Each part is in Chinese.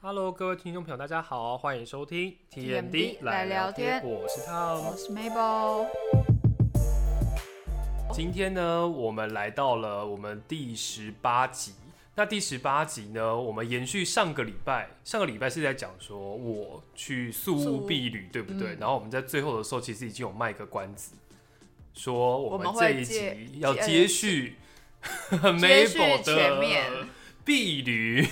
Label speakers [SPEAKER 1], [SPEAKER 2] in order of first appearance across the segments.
[SPEAKER 1] Hello，各位听众朋友，大家好，欢迎收听
[SPEAKER 2] TMD 来聊天
[SPEAKER 1] 我是
[SPEAKER 2] 我
[SPEAKER 1] Tom。
[SPEAKER 2] 是 Mabel，
[SPEAKER 1] 今天呢，我们来到了我们第十八集。那第十八集呢，我们延续上个礼拜，上个礼拜是在讲说我去宿
[SPEAKER 2] 宿
[SPEAKER 1] 务
[SPEAKER 2] 务
[SPEAKER 1] 避旅，对不对？
[SPEAKER 2] 嗯
[SPEAKER 1] 然后我们在最后的时候，其实已经有卖个关子，说我
[SPEAKER 2] 我
[SPEAKER 1] 们
[SPEAKER 2] 们
[SPEAKER 1] 这
[SPEAKER 2] 会
[SPEAKER 1] 一
[SPEAKER 2] 接
[SPEAKER 1] 集要
[SPEAKER 2] 接
[SPEAKER 1] 接续
[SPEAKER 2] 接续
[SPEAKER 1] Mabel
[SPEAKER 2] 前面
[SPEAKER 1] 的避旅。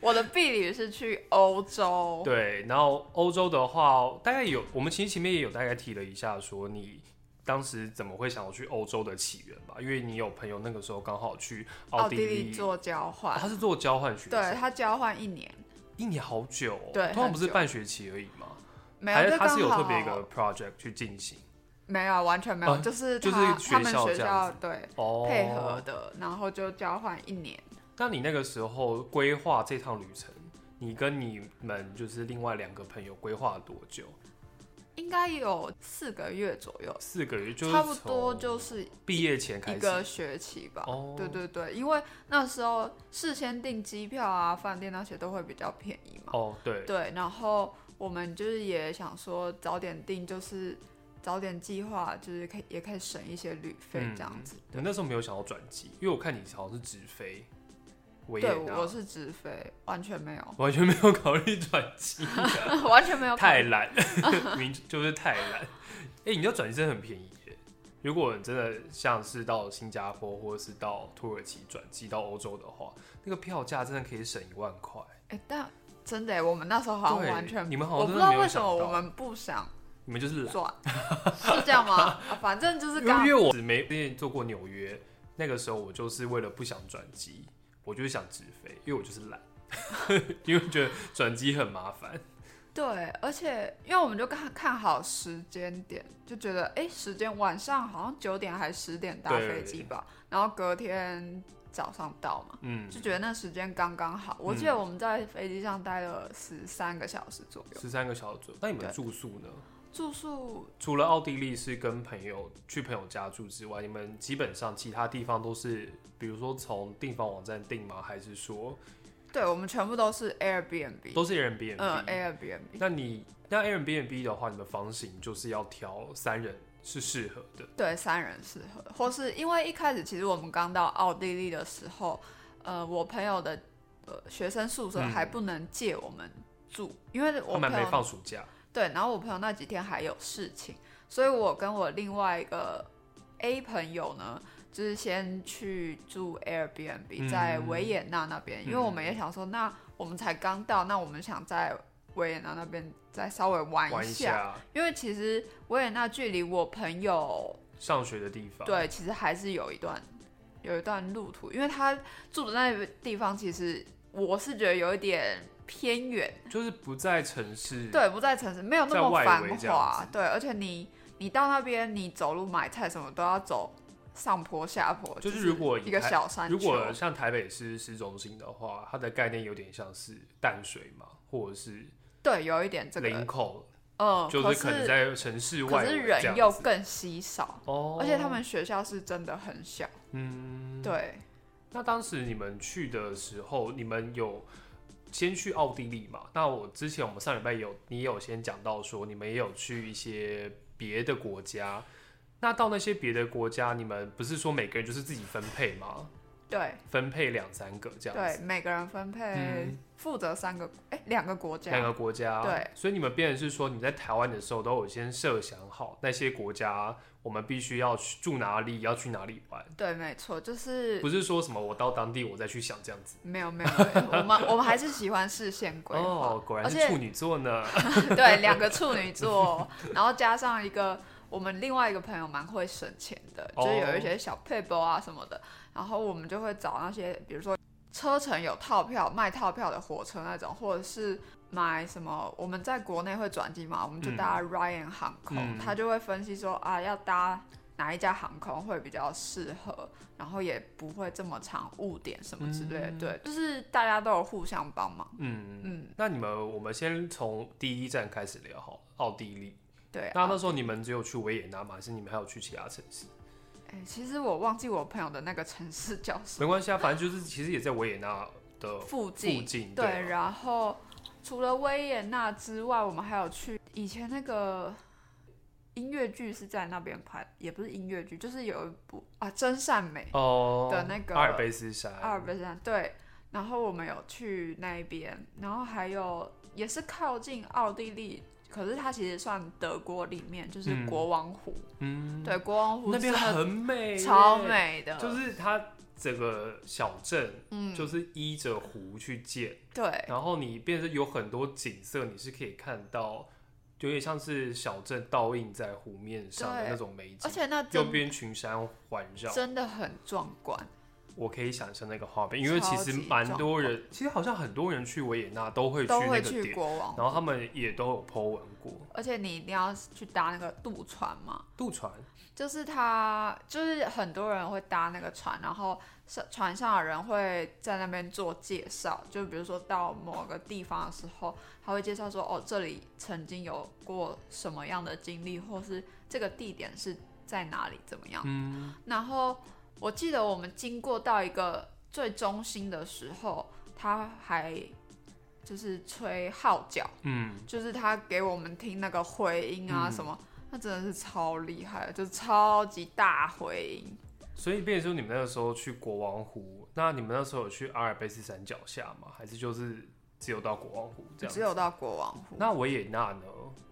[SPEAKER 2] 我的避旅是去欧洲，
[SPEAKER 1] 对，然后欧洲的话，大概有我们其实前面也有大概提了一下，说你当时怎么会想要去欧洲的起源吧？因为你有朋友那个时候刚好去
[SPEAKER 2] 奥
[SPEAKER 1] 奥地
[SPEAKER 2] 地利
[SPEAKER 1] 利
[SPEAKER 2] 做交
[SPEAKER 1] 哦
[SPEAKER 2] 换，
[SPEAKER 1] 他是做交换学
[SPEAKER 2] 对
[SPEAKER 1] 生，
[SPEAKER 2] 他交换一年，
[SPEAKER 1] 一年好久、哦，
[SPEAKER 2] 对
[SPEAKER 1] 通常
[SPEAKER 2] 很
[SPEAKER 1] 不是
[SPEAKER 2] 久
[SPEAKER 1] 半学期而已嘛，
[SPEAKER 2] 没
[SPEAKER 1] 还
[SPEAKER 2] 有，
[SPEAKER 1] 是
[SPEAKER 2] 就
[SPEAKER 1] 他是有
[SPEAKER 2] 刚
[SPEAKER 1] 特
[SPEAKER 2] 好
[SPEAKER 1] 别一个 project 去进行
[SPEAKER 2] 没有，完全没有，
[SPEAKER 1] 啊
[SPEAKER 2] 就是
[SPEAKER 1] 就是
[SPEAKER 2] 他
[SPEAKER 1] 学
[SPEAKER 2] 他们
[SPEAKER 1] 校
[SPEAKER 2] 学
[SPEAKER 1] 这样
[SPEAKER 2] 校对
[SPEAKER 1] 哦，
[SPEAKER 2] 配合。的，然后就交换一年。
[SPEAKER 1] 那你那个时候规划这趟旅程，你跟你们就是另外两个朋友规划了多久？
[SPEAKER 2] 应该有四个月左右，
[SPEAKER 1] 四个月，就是
[SPEAKER 2] 差不多
[SPEAKER 1] 从
[SPEAKER 2] 就是
[SPEAKER 1] 毕业前开
[SPEAKER 2] 一
[SPEAKER 1] 始
[SPEAKER 2] 个学期吧。
[SPEAKER 1] 哦
[SPEAKER 2] 对对对，因为那时候事先订机票啊、饭店那些都会比较便宜嘛。
[SPEAKER 1] 哦，对，
[SPEAKER 2] 对，然后我们就是也想说早点订，就是早点计划，就是可以也可以省一些旅费这样子。
[SPEAKER 1] 我那时候没有想要转机，因为我看你好像是直飞维也
[SPEAKER 2] 对，
[SPEAKER 1] 纳，
[SPEAKER 2] 我是直飞，完全 没有，
[SPEAKER 1] 完全没有考虑转 机，
[SPEAKER 2] 啊完全没有考
[SPEAKER 1] 太
[SPEAKER 2] 虑
[SPEAKER 1] 懒，明就是太懒。哎、你知道转机真的很便宜耶。如果你真的像是到新加坡或者是到土耳其转机到欧洲的话，那个票价真的可以省一万块。
[SPEAKER 2] 哎、但真的耶，我们那时候好
[SPEAKER 1] 对
[SPEAKER 2] 像完全，
[SPEAKER 1] 你们好
[SPEAKER 2] 我
[SPEAKER 1] 像
[SPEAKER 2] 不
[SPEAKER 1] 真的
[SPEAKER 2] 知道
[SPEAKER 1] 没有
[SPEAKER 2] 为什
[SPEAKER 1] 想
[SPEAKER 2] 么
[SPEAKER 1] 到，
[SPEAKER 2] 我们不想
[SPEAKER 1] 你们就是懒。
[SPEAKER 2] 转， 是这样吗？啊反正就 是
[SPEAKER 1] 因
[SPEAKER 2] 刚
[SPEAKER 1] 为我只没之前做过纽约，那个时候我就是为了不想转机，我就是想直飞，因为我就是懒， 因为我觉得转机很麻烦。
[SPEAKER 2] 对，而且因为我们就看看好时间点，就觉得哎、诶时间晚上好像九点还十点搭
[SPEAKER 1] 对
[SPEAKER 2] 飞机吧，然后隔天早上到嘛，
[SPEAKER 1] 嗯，
[SPEAKER 2] 就觉得那时间刚刚好。我记得我们在飞机上待了十三个小时左右，
[SPEAKER 1] 十三个小时左右。那你们
[SPEAKER 2] 对
[SPEAKER 1] 住宿呢？
[SPEAKER 2] 住宿
[SPEAKER 1] 除了奥地利是跟朋友去朋友家住之外，你们基本上其他地方都是，比如说从订房网站订吗？还是说
[SPEAKER 2] 对我们全部都是 Airbnb，
[SPEAKER 1] 都是 Airbnb？、
[SPEAKER 2] 嗯 Airbnb，
[SPEAKER 1] 那你那 Airbnb 的话，你们房型就是要挑三人是适合的。
[SPEAKER 2] 对三人适合，或是因为一开始其实我们刚到奥地利的时候，呃，我朋友的呃学生宿舍
[SPEAKER 1] 嗯
[SPEAKER 2] 还不能借我们。住，因为我
[SPEAKER 1] 他们
[SPEAKER 2] 朋
[SPEAKER 1] 还
[SPEAKER 2] 友
[SPEAKER 1] 没放暑假，
[SPEAKER 2] 对，然后我朋友那几天还有事情，所以我跟我另外一个 A 朋友呢，就是先去住
[SPEAKER 1] 嗯
[SPEAKER 2] Airbnb 在维也纳那边，因为我们也想说，那我们才刚到，那我们想在维也纳那边再稍微玩
[SPEAKER 1] 玩一下
[SPEAKER 2] 因为其实维也纳距离我朋友
[SPEAKER 1] 上学的地方。
[SPEAKER 2] 对，其实还是有一段有一段路途，因为他住的那个地方，其实我是觉得有一点偏远。
[SPEAKER 1] 就是不在城市，，
[SPEAKER 2] 对，不在城市，没有那
[SPEAKER 1] 在
[SPEAKER 2] 么
[SPEAKER 1] 外
[SPEAKER 2] 繁
[SPEAKER 1] 围这样
[SPEAKER 2] 华
[SPEAKER 1] 子。
[SPEAKER 2] 对，而且你你到那边，你走路买菜什么都要走上坡下坡，
[SPEAKER 1] 就是是如果
[SPEAKER 2] 一
[SPEAKER 1] 以
[SPEAKER 2] 个
[SPEAKER 1] 台
[SPEAKER 2] 小山丘。
[SPEAKER 1] 如果像台北市市中心的话，它的概念有点像是淡水嘛，或者是
[SPEAKER 2] 对，有一点这
[SPEAKER 1] 林
[SPEAKER 2] 个，
[SPEAKER 1] 口，
[SPEAKER 2] 嗯，
[SPEAKER 1] 就
[SPEAKER 2] 可
[SPEAKER 1] 是可能在城市
[SPEAKER 2] 可
[SPEAKER 1] 外围
[SPEAKER 2] 是
[SPEAKER 1] 这
[SPEAKER 2] 人
[SPEAKER 1] 样
[SPEAKER 2] 又
[SPEAKER 1] 子
[SPEAKER 2] 更稀少，
[SPEAKER 1] 哦，
[SPEAKER 2] 而且他们学校是真的很小。
[SPEAKER 1] 嗯，
[SPEAKER 2] 对，
[SPEAKER 1] 那当时你们去的时候，你们有先去奥地利嘛？那我之前我们上礼拜有你有先讲到说，你们也有去一些别的国家。那到那些别的国家，你们不是说每个人就是自己分配吗？
[SPEAKER 2] 对
[SPEAKER 1] 分配两三个这样
[SPEAKER 2] 对
[SPEAKER 1] 子，，
[SPEAKER 2] 每个人分配
[SPEAKER 1] 嗯
[SPEAKER 2] 负责三个，哎，两个国
[SPEAKER 1] 两
[SPEAKER 2] 家。
[SPEAKER 1] 个国家，
[SPEAKER 2] 对，
[SPEAKER 1] 所以你们变成是说你在台湾的时候都有先设想好那些国家，我们必须要去住哪里，要去哪里玩，
[SPEAKER 2] 对，没错，就是
[SPEAKER 1] 不是说什么我到当地我再去想这样子。
[SPEAKER 2] 没有没有，没有我们我们还是喜欢事先 规划
[SPEAKER 1] 哦，，果然
[SPEAKER 2] 而
[SPEAKER 1] 是
[SPEAKER 2] 且
[SPEAKER 1] 处女座呢。
[SPEAKER 2] 对，两个处女座，然后加上一个我们另外一个朋友蛮会省钱的，
[SPEAKER 1] 哦
[SPEAKER 2] 就是有一些小配包啊什么的，然后我们就会找那些比如说车程有套票卖套票的火车那种，或者是。买什么？我们在国内会转机嘛？我们就搭 Ryan 航空，
[SPEAKER 1] 嗯
[SPEAKER 2] 他就会分析说啊，要搭哪一家航空会比较适合，然后也不会这么长误点什么之类的。
[SPEAKER 1] 嗯
[SPEAKER 2] 对，就是大家都有互相帮忙。
[SPEAKER 1] 嗯，
[SPEAKER 2] 嗯，
[SPEAKER 1] 那你们我们先从第一站开始聊好了，奥地利。
[SPEAKER 2] 对。
[SPEAKER 1] 那
[SPEAKER 2] 啊
[SPEAKER 1] 那时候你们只有去维也纳吗？还是你们还有去其他城市？
[SPEAKER 2] 哎、其实我忘记我朋友的那个城市叫什么。
[SPEAKER 1] 没关系啊，反正就是其实也在维也纳 的
[SPEAKER 2] 附
[SPEAKER 1] 附
[SPEAKER 2] 近，
[SPEAKER 1] 近，
[SPEAKER 2] 对，
[SPEAKER 1] 对啊
[SPEAKER 2] 然后除了维也纳之外，我们还有去以前那个音乐剧是在那边拍，也不是音乐剧，就是有一部啊《真善美》
[SPEAKER 1] 哦
[SPEAKER 2] 的那个
[SPEAKER 1] 阿尔卑斯山，
[SPEAKER 2] 阿尔卑斯山，对。然后我们有去那边，然后还有也是靠近奥地利，可是它其实算德国里面，就是
[SPEAKER 1] 嗯
[SPEAKER 2] 国王湖。
[SPEAKER 1] 嗯，
[SPEAKER 2] 对，国王湖
[SPEAKER 1] 那边
[SPEAKER 2] 真的
[SPEAKER 1] 很美，
[SPEAKER 2] 超，美的，
[SPEAKER 1] 就是它整个小镇
[SPEAKER 2] 嗯，
[SPEAKER 1] 就是依着湖去建，
[SPEAKER 2] 对
[SPEAKER 1] 然后你变成有很多景色，你是可以看到，有点像是小镇倒映在湖面上的
[SPEAKER 2] 对
[SPEAKER 1] 那种美景
[SPEAKER 2] 而，且那
[SPEAKER 1] 右
[SPEAKER 2] 真
[SPEAKER 1] 边群山环绕，
[SPEAKER 2] 真的很壮观。
[SPEAKER 1] 我可以想象那个画面，因为其
[SPEAKER 2] 超级
[SPEAKER 1] 实蛮多
[SPEAKER 2] 壮
[SPEAKER 1] 人，其实好像很多人去维也纳都会去
[SPEAKER 2] 都
[SPEAKER 1] 那
[SPEAKER 2] 会
[SPEAKER 1] 个
[SPEAKER 2] 去
[SPEAKER 1] 点，嗯
[SPEAKER 2] 国王，
[SPEAKER 1] 然后他们也都有 po 文过
[SPEAKER 2] 而且你一定要去搭那个渡船嘛，
[SPEAKER 1] 渡船，
[SPEAKER 2] 就是它就是很多人会搭那个船，然后上船上的人会在那边做介绍，就比如说到某个地方的时候，他会介绍说哦，这里曾经有过什么样的经历，或是这个地点是在哪里怎么样。
[SPEAKER 1] 嗯，
[SPEAKER 2] 然后我记得我们经过到一个最中心的时候，他还就是吹号角。
[SPEAKER 1] 嗯，
[SPEAKER 2] 就是他给我们听那个回音啊
[SPEAKER 1] 嗯
[SPEAKER 2] 什么，那真的是超厉害的，就是超级大回音。
[SPEAKER 1] 所以变成说你们那个时候去国王湖，那你们那时候有去阿尔卑斯山脚下吗？还是就是只有到国王湖这样子？
[SPEAKER 2] 只有到国王湖，
[SPEAKER 1] 那维也纳呢？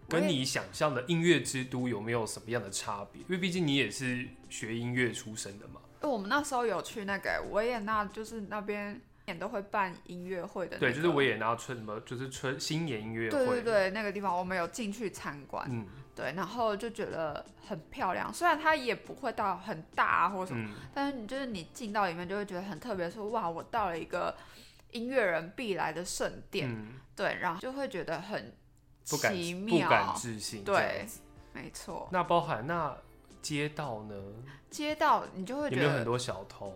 [SPEAKER 1] 跟你想象的音乐之都有没有什么样的差别？因为毕竟你也是学音乐出身的嘛。
[SPEAKER 2] 因为我们那时候有去那个维也纳，就是那边也都会办音乐会的、那
[SPEAKER 1] 对，
[SPEAKER 2] 个
[SPEAKER 1] 就是维也纳春什么，就是春新年音乐会。
[SPEAKER 2] 对对对，那个地方我们有进去参观，
[SPEAKER 1] 嗯
[SPEAKER 2] 对，然后就觉得很漂亮。虽然它也不会到很大或什么，
[SPEAKER 1] 嗯，
[SPEAKER 2] 但是你就是你进到里面就会觉得很特别，说哇，我到了一个音乐人必来的圣殿，
[SPEAKER 1] 嗯
[SPEAKER 2] 对，然后就会觉得很
[SPEAKER 1] 不敢
[SPEAKER 2] 奇
[SPEAKER 1] 不
[SPEAKER 2] 妙，
[SPEAKER 1] 敢置信。这
[SPEAKER 2] 对
[SPEAKER 1] 样子
[SPEAKER 2] 没错，
[SPEAKER 1] 那包含那街道呢？
[SPEAKER 2] 街道你就会
[SPEAKER 1] 有
[SPEAKER 2] 觉
[SPEAKER 1] 没有很
[SPEAKER 2] 得，
[SPEAKER 1] 多小偷？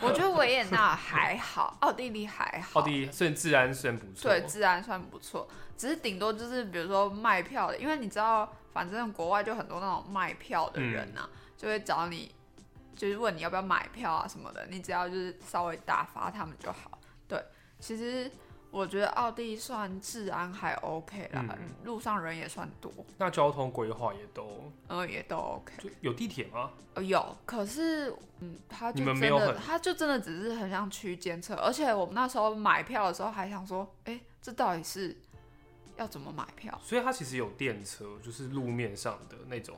[SPEAKER 2] 我觉得维也纳还 好，奥地利还好，
[SPEAKER 1] 奥地利哦算治安算不错。
[SPEAKER 2] 对治安算不错，只是顶多就是比如说卖票的，因为你知道，反正国外就很多那种卖票的人
[SPEAKER 1] 嗯
[SPEAKER 2] 呐、就会找你，就是问你要不要买票啊什么的，你只要就是稍微打发他们就好。对，其实我觉得奥地利算治安还 OK 啦，
[SPEAKER 1] 嗯
[SPEAKER 2] 路上人也算多，
[SPEAKER 1] 那交通规划也都
[SPEAKER 2] 嗯，也都 OK。
[SPEAKER 1] 就有地铁吗？
[SPEAKER 2] 呃有，可是嗯，他
[SPEAKER 1] 你
[SPEAKER 2] 就
[SPEAKER 1] 们
[SPEAKER 2] 真
[SPEAKER 1] 没有
[SPEAKER 2] 的，
[SPEAKER 1] 很
[SPEAKER 2] 他就真的只是很像区间车，而且我们那时候买票的时候还想说，哎、这到底是要怎么买票？
[SPEAKER 1] 所以它其实有电车，就是路面上的那种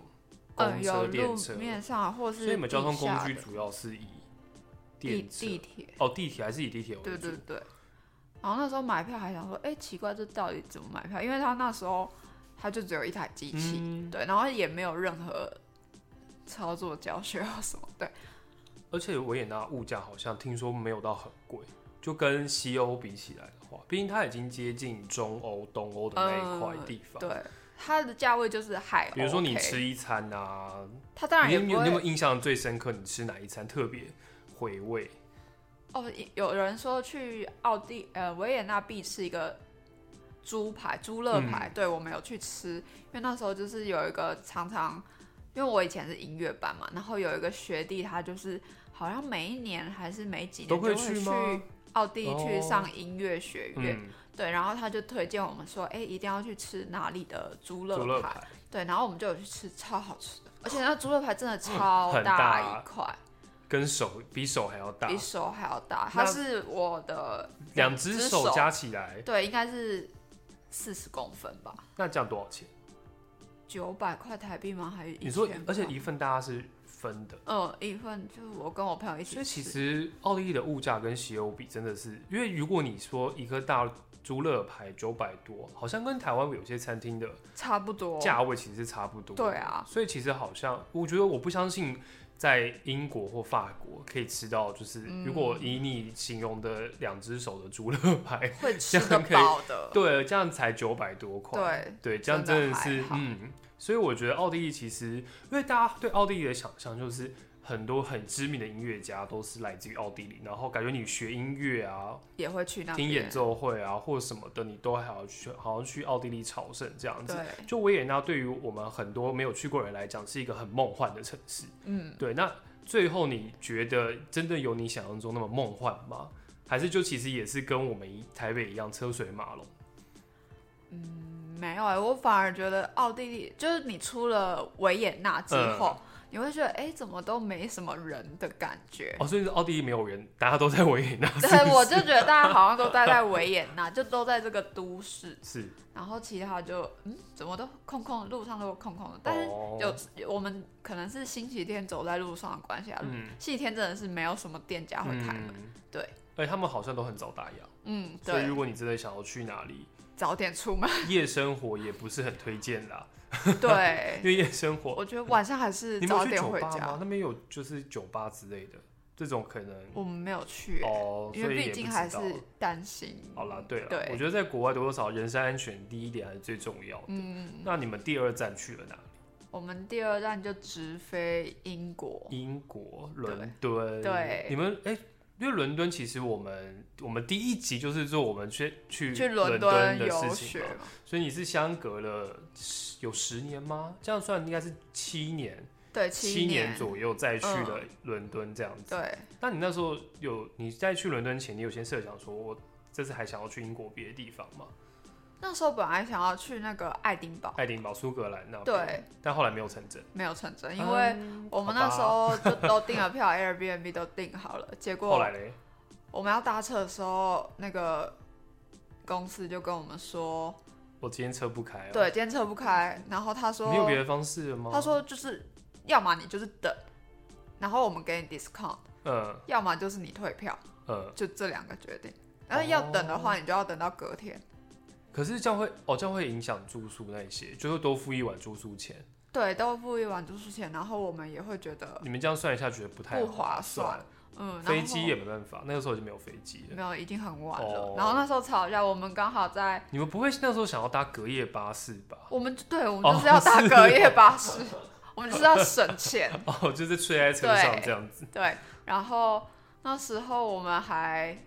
[SPEAKER 2] 嗯，
[SPEAKER 1] 公
[SPEAKER 2] 有
[SPEAKER 1] 车、电
[SPEAKER 2] 路
[SPEAKER 1] 车。
[SPEAKER 2] 面上啊或是
[SPEAKER 1] 所以你们交通
[SPEAKER 2] 地
[SPEAKER 1] 工
[SPEAKER 2] 下
[SPEAKER 1] 具
[SPEAKER 2] 的
[SPEAKER 1] 主要是以
[SPEAKER 2] 地
[SPEAKER 1] 电车
[SPEAKER 2] 地铁，
[SPEAKER 1] 哦，地铁还是以地铁为主。
[SPEAKER 2] 对对对。然后那时候买票还想说，哎、奇怪，这到底怎么买票？因为他那时候他就只有一台机器，
[SPEAKER 1] 嗯，
[SPEAKER 2] 对，然后也没有任何操作教学或什么， 对，
[SPEAKER 1] 而且维也纳物价好像听说没有到很贵，就跟西欧比起来的话，毕竟它已经接近中欧、东欧的那一块
[SPEAKER 2] 嗯
[SPEAKER 1] 地方。
[SPEAKER 2] 对，它的价位就是还、OK，
[SPEAKER 1] 比如说你吃一餐啊，
[SPEAKER 2] 它当然
[SPEAKER 1] 你
[SPEAKER 2] 也
[SPEAKER 1] 有你
[SPEAKER 2] 不
[SPEAKER 1] 有
[SPEAKER 2] 会
[SPEAKER 1] 没有印象最深刻？你吃哪一餐特别回味？
[SPEAKER 2] 哦，有人说去奥地呃维也纳必吃一个猪排猪肋
[SPEAKER 1] 嗯
[SPEAKER 2] 排，对我们有去吃，因为那时候就是有一个常常，因为我以前是音乐班嘛，然后有一个学弟他就是好像每一年还是每几年
[SPEAKER 1] 都
[SPEAKER 2] 就
[SPEAKER 1] 会
[SPEAKER 2] 会
[SPEAKER 1] 去吗
[SPEAKER 2] 奥地去
[SPEAKER 1] 哦
[SPEAKER 2] 上音乐学院，
[SPEAKER 1] 嗯，
[SPEAKER 2] 对，然后他就推荐我们说，哎、一定要去吃哪里的猪
[SPEAKER 1] 猪肋
[SPEAKER 2] 肋排，
[SPEAKER 1] 排，
[SPEAKER 2] 对，然后我们就有去吃，超好吃的，而且那猪肋排真的超
[SPEAKER 1] 嗯很
[SPEAKER 2] 大
[SPEAKER 1] 大
[SPEAKER 2] 一块。
[SPEAKER 1] 跟手比手还要大
[SPEAKER 2] 比，手还要大，
[SPEAKER 1] 那
[SPEAKER 2] 它是我的
[SPEAKER 1] 两只手加起来，
[SPEAKER 2] 对，应该是四十公分吧，
[SPEAKER 1] 那这样多少钱？
[SPEAKER 2] 九百块台币吗？还是
[SPEAKER 1] 你说
[SPEAKER 2] 1000，
[SPEAKER 1] 而且
[SPEAKER 2] 块
[SPEAKER 1] 一份大家是分的。
[SPEAKER 2] 嗯一份就是我跟我朋友一起
[SPEAKER 1] 所以
[SPEAKER 2] 吃，
[SPEAKER 1] 其实奥地利的物价跟西欧比，真的是，因为如果你说一个大猪肋排九百多，好像跟台湾有些餐厅的
[SPEAKER 2] 差不多
[SPEAKER 1] 价位其实是差不多。
[SPEAKER 2] 哦对啊，
[SPEAKER 1] 所以其实好像，我觉得我不相信在英国或法国可以吃到，就是
[SPEAKER 2] 嗯
[SPEAKER 1] 如果以你形容的两只手的猪肋排，
[SPEAKER 2] 会吃
[SPEAKER 1] 这
[SPEAKER 2] 得
[SPEAKER 1] 样可以
[SPEAKER 2] 饱的。
[SPEAKER 1] 对，这样才九百多块。
[SPEAKER 2] 对，
[SPEAKER 1] 对，这样
[SPEAKER 2] 真的
[SPEAKER 1] 真的是
[SPEAKER 2] 还，好
[SPEAKER 1] 嗯，所以我觉得奥地利其实，因为大家对奥地利的想象就是。很多很知名的音乐家都是来自于奥地利，然后感觉你学音乐啊，
[SPEAKER 2] 也会去那
[SPEAKER 1] 听演
[SPEAKER 2] 边。
[SPEAKER 1] 奏会啊，或什么的，你都还要去，好像去奥地利朝圣这样子。
[SPEAKER 2] 对，
[SPEAKER 1] 就维也纳对于我们很多没有去过的人来讲，是一个很梦幻的城市。
[SPEAKER 2] 嗯，
[SPEAKER 1] 对，那最后你觉得真的有你想象中那么梦幻吗？还是就其实也是跟我们一台北一样车水马龙？
[SPEAKER 2] 没有哎、我反而觉得奥地利就是你出了维也纳之
[SPEAKER 1] 嗯
[SPEAKER 2] 后，你会觉得哎、怎么都没什么人的感觉。
[SPEAKER 1] 哦，所以是奥地利没有人，大家都在维也纳， 是不
[SPEAKER 2] 对，
[SPEAKER 1] 是
[SPEAKER 2] 我就觉得大家好像 都待在维也纳，就都在这个都市，
[SPEAKER 1] 是
[SPEAKER 2] 然后其他就嗯，怎么都空空的，路上都空空的。但是
[SPEAKER 1] 哦
[SPEAKER 2] 有、我们可能是星期天走在路上的关系啊，
[SPEAKER 1] 嗯
[SPEAKER 2] 星期天真的是没有什么店家会开门。
[SPEAKER 1] 嗯
[SPEAKER 2] 对，
[SPEAKER 1] 而且他们好像都很早打烊，
[SPEAKER 2] 嗯，
[SPEAKER 1] 所以
[SPEAKER 2] 对
[SPEAKER 1] 如，果你真的想要去哪里，
[SPEAKER 2] 早点 出门。
[SPEAKER 1] 夜生活也不是很推荐啦，因
[SPEAKER 2] 对，
[SPEAKER 1] 为夜生活
[SPEAKER 2] 我觉得晚上还是
[SPEAKER 1] 你们
[SPEAKER 2] 早
[SPEAKER 1] 有去
[SPEAKER 2] 点
[SPEAKER 1] 酒
[SPEAKER 2] 回
[SPEAKER 1] 吧吗
[SPEAKER 2] 家？。
[SPEAKER 1] 那边有就是酒吧之类的，这种可能
[SPEAKER 2] 我们没有去、欸
[SPEAKER 1] 哦，
[SPEAKER 2] 因为
[SPEAKER 1] 所以也
[SPEAKER 2] 毕
[SPEAKER 1] 不
[SPEAKER 2] 竟
[SPEAKER 1] 知
[SPEAKER 2] 还是
[SPEAKER 1] 道
[SPEAKER 2] 担心。
[SPEAKER 1] 好啦，对了，
[SPEAKER 2] 对
[SPEAKER 1] 我觉得在国外多多少少人身安全第一点还是最重要的。
[SPEAKER 2] 嗯，
[SPEAKER 1] 那你们第二站去了哪？
[SPEAKER 2] 我们第二站就直飞英国。
[SPEAKER 1] 英国伦敦。
[SPEAKER 2] 对
[SPEAKER 1] 你们哎、因为伦敦其实我们我们第一集就是说我们去去
[SPEAKER 2] 去
[SPEAKER 1] 伦
[SPEAKER 2] 伦敦
[SPEAKER 1] 的
[SPEAKER 2] 游
[SPEAKER 1] 事情
[SPEAKER 2] 学
[SPEAKER 1] 嘛，
[SPEAKER 2] 嘛，
[SPEAKER 1] 所以你是相隔了十有十年吗？这样算应该是七年，
[SPEAKER 2] 对，
[SPEAKER 1] 七
[SPEAKER 2] 呃年
[SPEAKER 1] 年左右再去
[SPEAKER 2] 嗯
[SPEAKER 1] 了伦敦这样子。
[SPEAKER 2] 对，
[SPEAKER 1] 那你那时候有你在去伦敦前，你有先设想说我这次还想要去英国别的地方吗？
[SPEAKER 2] 那时候本来想要去那个爱丁堡，
[SPEAKER 1] 爱丁堡、苏格兰那边，
[SPEAKER 2] 对，
[SPEAKER 1] 但后来没有成真，
[SPEAKER 2] 没有成真，因为
[SPEAKER 1] 嗯
[SPEAKER 2] 我们那时
[SPEAKER 1] 好吧
[SPEAKER 2] 候就都订了票，Airbnb 都订好了，结
[SPEAKER 1] 后
[SPEAKER 2] 果
[SPEAKER 1] 来嘞，
[SPEAKER 2] 我们要搭车的时候，那个公司就跟我们说，
[SPEAKER 1] 我今天车不开了，
[SPEAKER 2] 对，今天车不开，然后他说
[SPEAKER 1] 你有别的方式了吗？
[SPEAKER 2] 他，说就是要么你就是等，然后我们给你 discount，
[SPEAKER 1] 嗯
[SPEAKER 2] 要么就是你退票，
[SPEAKER 1] 嗯，
[SPEAKER 2] 就这两个决定。然后要等的话，你就要等到隔天。
[SPEAKER 1] 可是这样会哦，这样会影响住宿那些，就是多付一晚住宿钱。
[SPEAKER 2] 对，都付一晚住宿钱，然后我们也会觉得，
[SPEAKER 1] 你们这样算一下，觉得不太
[SPEAKER 2] 不
[SPEAKER 1] 划
[SPEAKER 2] 划算嗯，然后嗯
[SPEAKER 1] 飞机也没办法，那个时候已经没有飞机了。
[SPEAKER 2] 没有，已经很晚了。
[SPEAKER 1] 哦
[SPEAKER 2] 然后那时候吵架，我们刚好在，
[SPEAKER 1] 你们不会那时候想要搭隔夜巴士吧？
[SPEAKER 2] 我们就对，我
[SPEAKER 1] 哦
[SPEAKER 2] 们就是要搭
[SPEAKER 1] 是
[SPEAKER 2] 隔夜巴士，我们就是要省钱。
[SPEAKER 1] 哦，就是睡在车上
[SPEAKER 2] 对
[SPEAKER 1] 这样子。
[SPEAKER 2] 对，然后那时候我们还，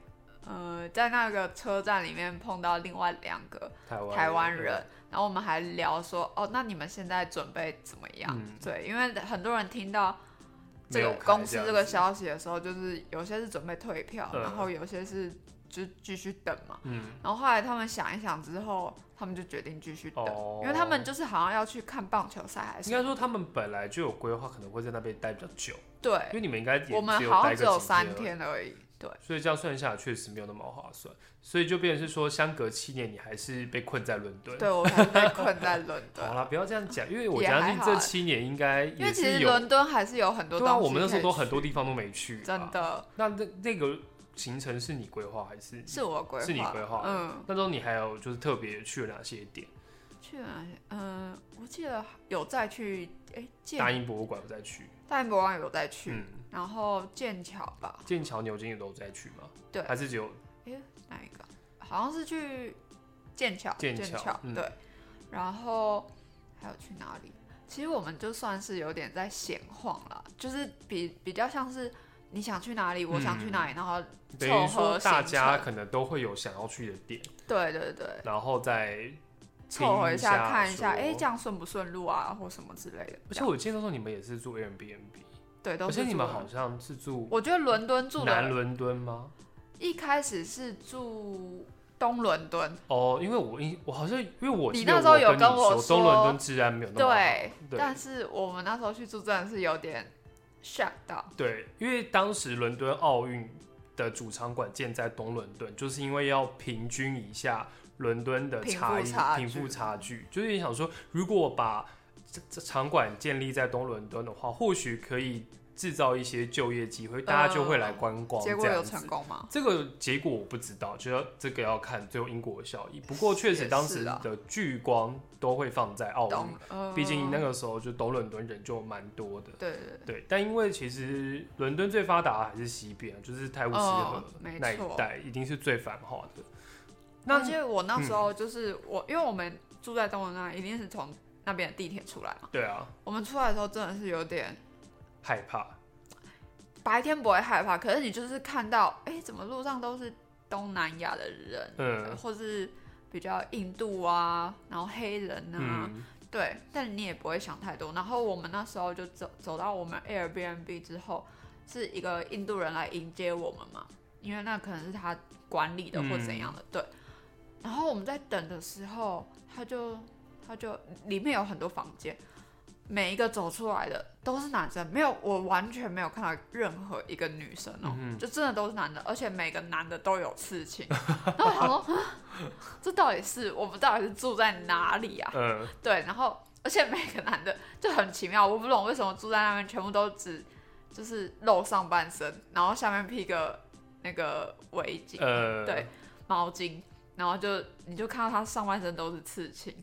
[SPEAKER 2] 呃，在那个车站里面碰到另外两个
[SPEAKER 1] 台湾
[SPEAKER 2] 台湾人，，
[SPEAKER 1] 嗯
[SPEAKER 2] 然后我们还聊说，哦，那你们现在准备怎么样？
[SPEAKER 1] 嗯
[SPEAKER 2] 对，因为很多人听到这
[SPEAKER 1] 没有
[SPEAKER 2] 个
[SPEAKER 1] 开
[SPEAKER 2] 公司
[SPEAKER 1] 样
[SPEAKER 2] 这个
[SPEAKER 1] 子，
[SPEAKER 2] 消息的时候，就是有些是准备退票，
[SPEAKER 1] 嗯
[SPEAKER 2] 然后有些是就继续等嘛。
[SPEAKER 1] 嗯，
[SPEAKER 2] 然后后来他们想一想之后，他们就决定继续等，
[SPEAKER 1] 哦
[SPEAKER 2] 因为他们就是好像要去看棒球赛还
[SPEAKER 1] 应
[SPEAKER 2] 是
[SPEAKER 1] 该说他们本来就有规划，可能会在那边待比较久，因
[SPEAKER 2] 对，
[SPEAKER 1] 为你们应该也
[SPEAKER 2] 我们
[SPEAKER 1] 只有
[SPEAKER 2] 好
[SPEAKER 1] 待个
[SPEAKER 2] 像只有
[SPEAKER 1] 几
[SPEAKER 2] 三
[SPEAKER 1] 而已
[SPEAKER 2] 天而已。对，
[SPEAKER 1] 所以这样算下来确实没有那么划算，所以就变成是说，相隔七年你还是被困在伦敦。
[SPEAKER 2] 对我还是被困在伦
[SPEAKER 1] 好
[SPEAKER 2] 敦，
[SPEAKER 1] 啦，不要这样讲，因为我
[SPEAKER 2] 也还
[SPEAKER 1] 相信
[SPEAKER 2] 好
[SPEAKER 1] 这
[SPEAKER 2] 啊
[SPEAKER 1] 七年应该
[SPEAKER 2] 因为
[SPEAKER 1] 哦也
[SPEAKER 2] 其实
[SPEAKER 1] 是有
[SPEAKER 2] 伦敦还是有很多
[SPEAKER 1] 对
[SPEAKER 2] 东
[SPEAKER 1] 啊，
[SPEAKER 2] 西，
[SPEAKER 1] 我们那时候都很多地方都没去、啊
[SPEAKER 2] 真。的
[SPEAKER 1] 那那那个行程是你规划还是？
[SPEAKER 2] 是我规划，
[SPEAKER 1] 是你规划的
[SPEAKER 2] 嗯，
[SPEAKER 1] 那时候你还有就是特别去了哪些点？
[SPEAKER 2] 去哪里？嗯，我记得有再去，哎、剑
[SPEAKER 1] 大英博物馆有再去，
[SPEAKER 2] 大英博物馆有再去，
[SPEAKER 1] 嗯，
[SPEAKER 2] 然后剑桥吧，
[SPEAKER 1] 剑桥、牛津也都有再去吗？
[SPEAKER 2] 对
[SPEAKER 1] 还是只有
[SPEAKER 2] 哎、哪一个？好像是去剑桥，
[SPEAKER 1] 剑
[SPEAKER 2] 剑
[SPEAKER 1] 桥嗯
[SPEAKER 2] 对，然后还有去哪里？其实我们就算是有点在闲晃啦，就是比比较像是你想去哪里，我想
[SPEAKER 1] 嗯
[SPEAKER 2] 去哪里，然后
[SPEAKER 1] 等于
[SPEAKER 2] 凑合
[SPEAKER 1] 说大
[SPEAKER 2] 行
[SPEAKER 1] 家
[SPEAKER 2] 程
[SPEAKER 1] 可能都会有想要去的点，
[SPEAKER 2] 对对对，
[SPEAKER 1] 然后再
[SPEAKER 2] 凑合
[SPEAKER 1] 听
[SPEAKER 2] 一
[SPEAKER 1] 一下
[SPEAKER 2] 看一下，
[SPEAKER 1] 说
[SPEAKER 2] 哎、这样顺不顺路啊，或什么之类的。
[SPEAKER 1] 而
[SPEAKER 2] 这
[SPEAKER 1] 且
[SPEAKER 2] 样
[SPEAKER 1] 我记得那时候你们也是住 Airbnb，
[SPEAKER 2] 对，都
[SPEAKER 1] 而
[SPEAKER 2] 是
[SPEAKER 1] 且你们
[SPEAKER 2] 住
[SPEAKER 1] 好
[SPEAKER 2] 伦，
[SPEAKER 1] 像是住
[SPEAKER 2] 我觉得伦敦住
[SPEAKER 1] 南
[SPEAKER 2] 的
[SPEAKER 1] 伦敦吗？
[SPEAKER 2] 一开始是住东伦敦，
[SPEAKER 1] 哦，因为我印我好像因为我
[SPEAKER 2] 你
[SPEAKER 1] 记得
[SPEAKER 2] 那时候有
[SPEAKER 1] 跟
[SPEAKER 2] 跟
[SPEAKER 1] 你
[SPEAKER 2] 我
[SPEAKER 1] 说
[SPEAKER 2] 说
[SPEAKER 1] 东伦敦治安没有那么好
[SPEAKER 2] 对，
[SPEAKER 1] 对
[SPEAKER 2] 但是我们那时候去住真的是有点 shock 到，
[SPEAKER 1] 对，因为当时伦敦奥运的主场馆建在东伦敦，就是因为要平均一下伦敦的
[SPEAKER 2] 贫
[SPEAKER 1] 差
[SPEAKER 2] 富
[SPEAKER 1] 异
[SPEAKER 2] 差
[SPEAKER 1] 贫
[SPEAKER 2] 距
[SPEAKER 1] 富差距，就是你想说，如果把这这场馆建立在东伦敦的话，或许可以制造一些就业机会，大家就会来观光，这
[SPEAKER 2] 嗯结
[SPEAKER 1] 样
[SPEAKER 2] 果有
[SPEAKER 1] 子
[SPEAKER 2] 成功吗？
[SPEAKER 1] 这个结果我不知道，就要这个要看最后因果的效益。不过确实当时
[SPEAKER 2] 也是啊
[SPEAKER 1] 的聚光都会放在奥
[SPEAKER 2] 懂
[SPEAKER 1] 运，，
[SPEAKER 2] 呃
[SPEAKER 1] 毕竟那个时候就东伦敦人就蛮多的。
[SPEAKER 2] 对对对，
[SPEAKER 1] 对，但因为其实伦敦最发达的还是西边，啊就是泰晤士河
[SPEAKER 2] 哦没
[SPEAKER 1] 那一
[SPEAKER 2] 错
[SPEAKER 1] 带，一定是最繁华的。那嗯
[SPEAKER 2] 而且我那时候就是、我，因为我们住在东伦敦，一定是从那边的地铁出来嘛，
[SPEAKER 1] 对啊，
[SPEAKER 2] 我们出来的时候真的是有点。
[SPEAKER 1] 害怕，
[SPEAKER 2] 白天不会害怕，可是你就是看到，哎、怎么路上都是东南亚的人，
[SPEAKER 1] 嗯
[SPEAKER 2] 或是比较印度啊，然后黑人啊，
[SPEAKER 1] 嗯，
[SPEAKER 2] 对，但你也不会想太多。然后我们那时候就走走到我们 Airbnb 之后，是一个印度人来迎接我们嘛，因为那可能是他管理的或怎样的，对。然后我们在等的时候，他就他就里面有很多房间，每一个走出来的都是男生，没有我完全没有看到任何一个女生
[SPEAKER 1] 嗯
[SPEAKER 2] 哦、就真的都是男的，而且每个男的都有刺青。 然后我想说，啊这到底是我们到底是住在哪里啊？
[SPEAKER 1] 嗯，
[SPEAKER 2] 对，然后而且每个男的就很奇妙，我不懂为什么住在那边全部都只就是露上半身，然后下面披个那个围巾，
[SPEAKER 1] 呃，
[SPEAKER 2] 对，毛巾，然后就你就看到他上半身都是刺青，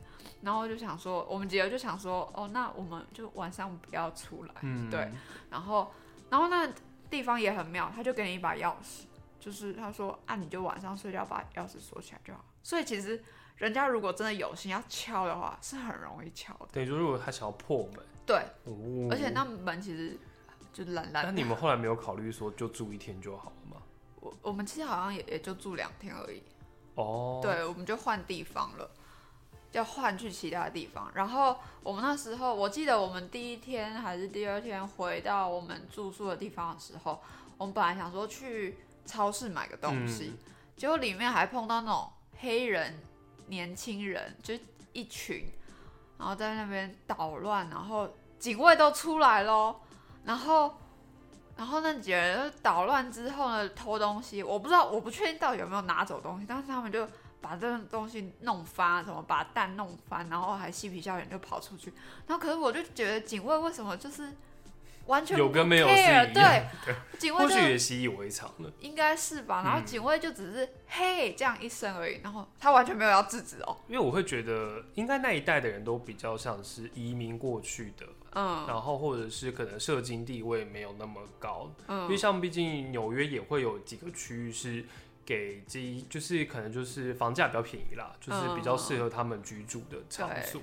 [SPEAKER 2] 然后就想说，我们几个就想说，哦，那我们就晚上不要出来，
[SPEAKER 1] 嗯，
[SPEAKER 2] 对，然后然后那地方也很妙，他就给你一把钥匙，就是他说啊，你就晚上睡觉把钥匙锁起来就好。所以其实人家如果真的有心要敲的话，是很容易敲的。
[SPEAKER 1] 等于说如果他想要破门，
[SPEAKER 2] 对，
[SPEAKER 1] 哦
[SPEAKER 2] 而且那门其实就烂
[SPEAKER 1] 那
[SPEAKER 2] 烂
[SPEAKER 1] 你
[SPEAKER 2] 的。
[SPEAKER 1] 们后来没有考虑说就住一天就好了吗？
[SPEAKER 2] 我我们其实好像也也就住两天而已，
[SPEAKER 1] 哦，，
[SPEAKER 2] 对，我们就换地方了。要换去其他地方，然后我们那时候，我记得我们第一天还是第二天回到我们住宿的地方的时候，我们本来想说去超市买个东西，
[SPEAKER 1] 嗯
[SPEAKER 2] 结果里面还碰到那种黑人年轻人，就是一群，然后在那边捣乱，然后警卫都出来喽，然后，然后那几个人就捣乱之后呢，偷东西，我不知道，我不确定到底有没有拿走东西，但是他们就把这种东西弄翻，什么把蛋弄翻，然后还嬉皮笑脸就跑出去，然后可是我就觉得警卫为什么就是完全
[SPEAKER 1] 有
[SPEAKER 2] 不
[SPEAKER 1] 跟没有是
[SPEAKER 2] care，
[SPEAKER 1] 一
[SPEAKER 2] 对
[SPEAKER 1] 样，对，
[SPEAKER 2] 警卫
[SPEAKER 1] 或
[SPEAKER 2] 就
[SPEAKER 1] 许
[SPEAKER 2] 是
[SPEAKER 1] 也习以为常了。
[SPEAKER 2] 应该是吧。然后
[SPEAKER 1] 嗯
[SPEAKER 2] 警卫就只是、嘿这样一声而已，然后他完全没有要制止哦。
[SPEAKER 1] 因为我会觉得，应该那一代的人都比较像是移民过去的，
[SPEAKER 2] 嗯
[SPEAKER 1] 然后或者是可能社经地位没有那么高，因为
[SPEAKER 2] 嗯
[SPEAKER 1] 像毕竟纽约也会有几个区域是给这一就是可能就是房价比较便宜啦，就是比较适合他们居住的场所，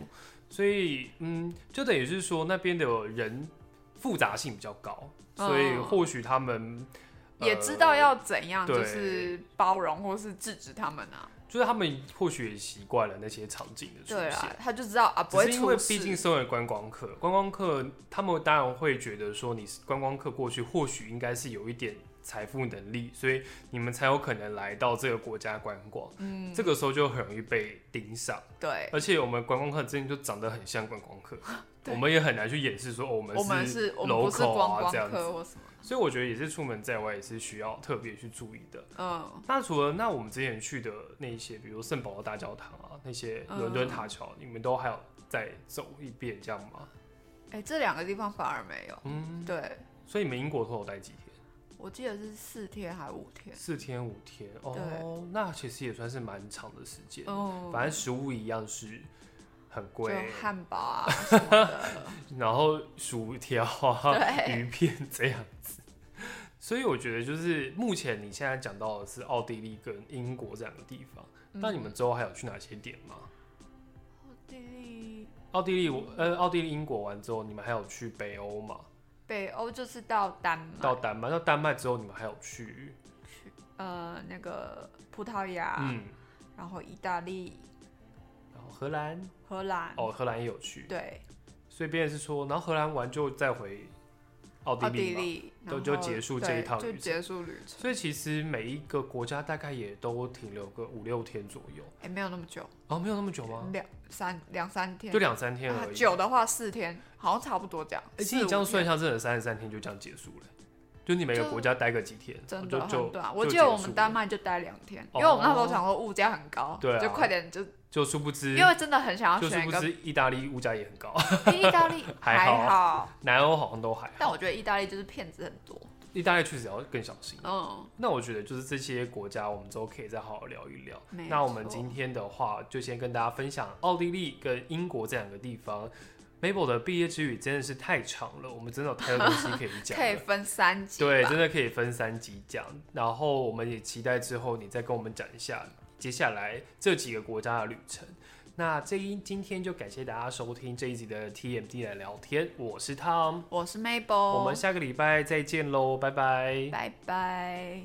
[SPEAKER 1] 所以嗯，就等于是说那边的人复杂性比较高，
[SPEAKER 2] 嗯
[SPEAKER 1] 所以或许他们、呃
[SPEAKER 2] 也知道要怎样，
[SPEAKER 1] 对
[SPEAKER 2] 就是包容或是制止他们啊。
[SPEAKER 1] 就是他们或许也习惯了那些场景的出
[SPEAKER 2] 对
[SPEAKER 1] 现
[SPEAKER 2] 啦。，他就知道啊，不
[SPEAKER 1] 只
[SPEAKER 2] 会
[SPEAKER 1] 是因为
[SPEAKER 2] 出
[SPEAKER 1] 毕竟
[SPEAKER 2] 事。
[SPEAKER 1] 身为观光客，观光客他们当然会觉得说你是观光客过去，或许应该是有一点财富能力，所以你们才有可能来到这个国家观光。
[SPEAKER 2] 嗯，
[SPEAKER 1] 这个时候就很容易被盯上，
[SPEAKER 2] 对，
[SPEAKER 1] 而且我们观光客之间就长得很像观光客，
[SPEAKER 2] 对
[SPEAKER 1] 我们也很难去掩饰说、哦、我
[SPEAKER 2] 我们
[SPEAKER 1] 们
[SPEAKER 2] 是我们不是
[SPEAKER 1] local
[SPEAKER 2] 观
[SPEAKER 1] 啊
[SPEAKER 2] 光
[SPEAKER 1] 这样
[SPEAKER 2] 客
[SPEAKER 1] 子。
[SPEAKER 2] 或什么。
[SPEAKER 1] 所以我觉得也是出门在外也是需要特别去注意的。
[SPEAKER 2] 嗯
[SPEAKER 1] 那除了那我们之前去的那些，比如圣保罗大教堂啊，那些
[SPEAKER 2] 嗯
[SPEAKER 1] 伦敦塔桥，你们都还有再走一遍这样吗？
[SPEAKER 2] 哎、这两个地方反而没有。
[SPEAKER 1] 嗯，
[SPEAKER 2] 对，
[SPEAKER 1] 所以你们英国都有待几天？
[SPEAKER 2] 我记得是四天还五天。
[SPEAKER 1] 四天五天哦，
[SPEAKER 2] 对
[SPEAKER 1] 那其实也算是蛮长的时间。
[SPEAKER 2] 嗯，
[SPEAKER 1] 反正食物一样是很
[SPEAKER 2] 就
[SPEAKER 1] 贵，
[SPEAKER 2] 汉堡啊什么的。
[SPEAKER 1] 然后薯条啊、
[SPEAKER 2] 对
[SPEAKER 1] 鱼片这样子。所以我觉得，就是目前你现在讲到的是奥地利跟英国这两个地方，那你们之后还有去哪些点吗？
[SPEAKER 2] 嗯奥地利
[SPEAKER 1] 奥地利，我呃，奥地利、英国完之后，你们还有去北欧嘛？
[SPEAKER 2] 北欧就是到丹麦，
[SPEAKER 1] 到丹麦，到丹麦之后，你们还有去，
[SPEAKER 2] 去呃那个葡萄牙，
[SPEAKER 1] 嗯，
[SPEAKER 2] 然后意大利、
[SPEAKER 1] 然后荷兰，
[SPEAKER 2] 荷兰，
[SPEAKER 1] 哦，荷兰也有去，
[SPEAKER 2] 对，
[SPEAKER 1] 所以变成是说，然后荷兰完就再回奥
[SPEAKER 2] 奥
[SPEAKER 1] 地
[SPEAKER 2] 地
[SPEAKER 1] 利嘛。
[SPEAKER 2] 利，
[SPEAKER 1] 都
[SPEAKER 2] 然
[SPEAKER 1] 就
[SPEAKER 2] 后
[SPEAKER 1] 结束这
[SPEAKER 2] 对
[SPEAKER 1] 一趟
[SPEAKER 2] 就
[SPEAKER 1] 旅程
[SPEAKER 2] 结束旅程，
[SPEAKER 1] 所以其实每一个国家大概也都停留个五六天左右，
[SPEAKER 2] 哎，没有那么久，
[SPEAKER 1] 哦，没有那么久吗？
[SPEAKER 2] 两三两三天，
[SPEAKER 1] 就两三天
[SPEAKER 2] 啊
[SPEAKER 1] 而已。
[SPEAKER 2] 久的话四天，好像差不多这样。
[SPEAKER 1] 哎，其实
[SPEAKER 2] 四
[SPEAKER 1] 你这样
[SPEAKER 2] 五
[SPEAKER 1] 算
[SPEAKER 2] 天
[SPEAKER 1] 一下，真的三十三天就这样结束了，就你每个
[SPEAKER 2] 就
[SPEAKER 1] 国家待个几天，哦
[SPEAKER 2] 真
[SPEAKER 1] 就
[SPEAKER 2] 的很
[SPEAKER 1] 就
[SPEAKER 2] 短，我
[SPEAKER 1] 就
[SPEAKER 2] 记得
[SPEAKER 1] 结
[SPEAKER 2] 我
[SPEAKER 1] 束
[SPEAKER 2] 们
[SPEAKER 1] 了
[SPEAKER 2] 丹麦就待两天，因为我们那时候
[SPEAKER 1] 哦
[SPEAKER 2] 想说物价很高，
[SPEAKER 1] 对啊
[SPEAKER 2] 就快点就，
[SPEAKER 1] 就殊不知，
[SPEAKER 2] 因为真的很想
[SPEAKER 1] 就
[SPEAKER 2] 要
[SPEAKER 1] 殊
[SPEAKER 2] 选一
[SPEAKER 1] 不
[SPEAKER 2] 个
[SPEAKER 1] 知意大利物价也很高，
[SPEAKER 2] 意大利
[SPEAKER 1] 还好啊
[SPEAKER 2] 好，
[SPEAKER 1] 南欧好像都还好，
[SPEAKER 2] 但我觉得意大利就是骗子很多，
[SPEAKER 1] 意大利确实要更小心。
[SPEAKER 2] 嗯，
[SPEAKER 1] 那我觉得就是这些国家，我们之后可以再好好聊一聊。
[SPEAKER 2] 没
[SPEAKER 1] 那我们
[SPEAKER 2] 错
[SPEAKER 1] 今天的话，就先跟大家分享奥地利跟英国这两个地方。Mabel 的毕业之旅真的是太长了，我们真的有太多东西可以讲了。
[SPEAKER 2] 可以分三集吧，
[SPEAKER 1] 对，真的可以分三集讲。然后我们也期待之后你再跟我们讲一下接下来这几个国家的旅程。那这一今天就感谢大家收听这一集的 TMD 来聊天，我是 Tom，、
[SPEAKER 2] 我是 Mabel，
[SPEAKER 1] 我们下个礼拜再见喽，拜拜
[SPEAKER 2] 拜拜。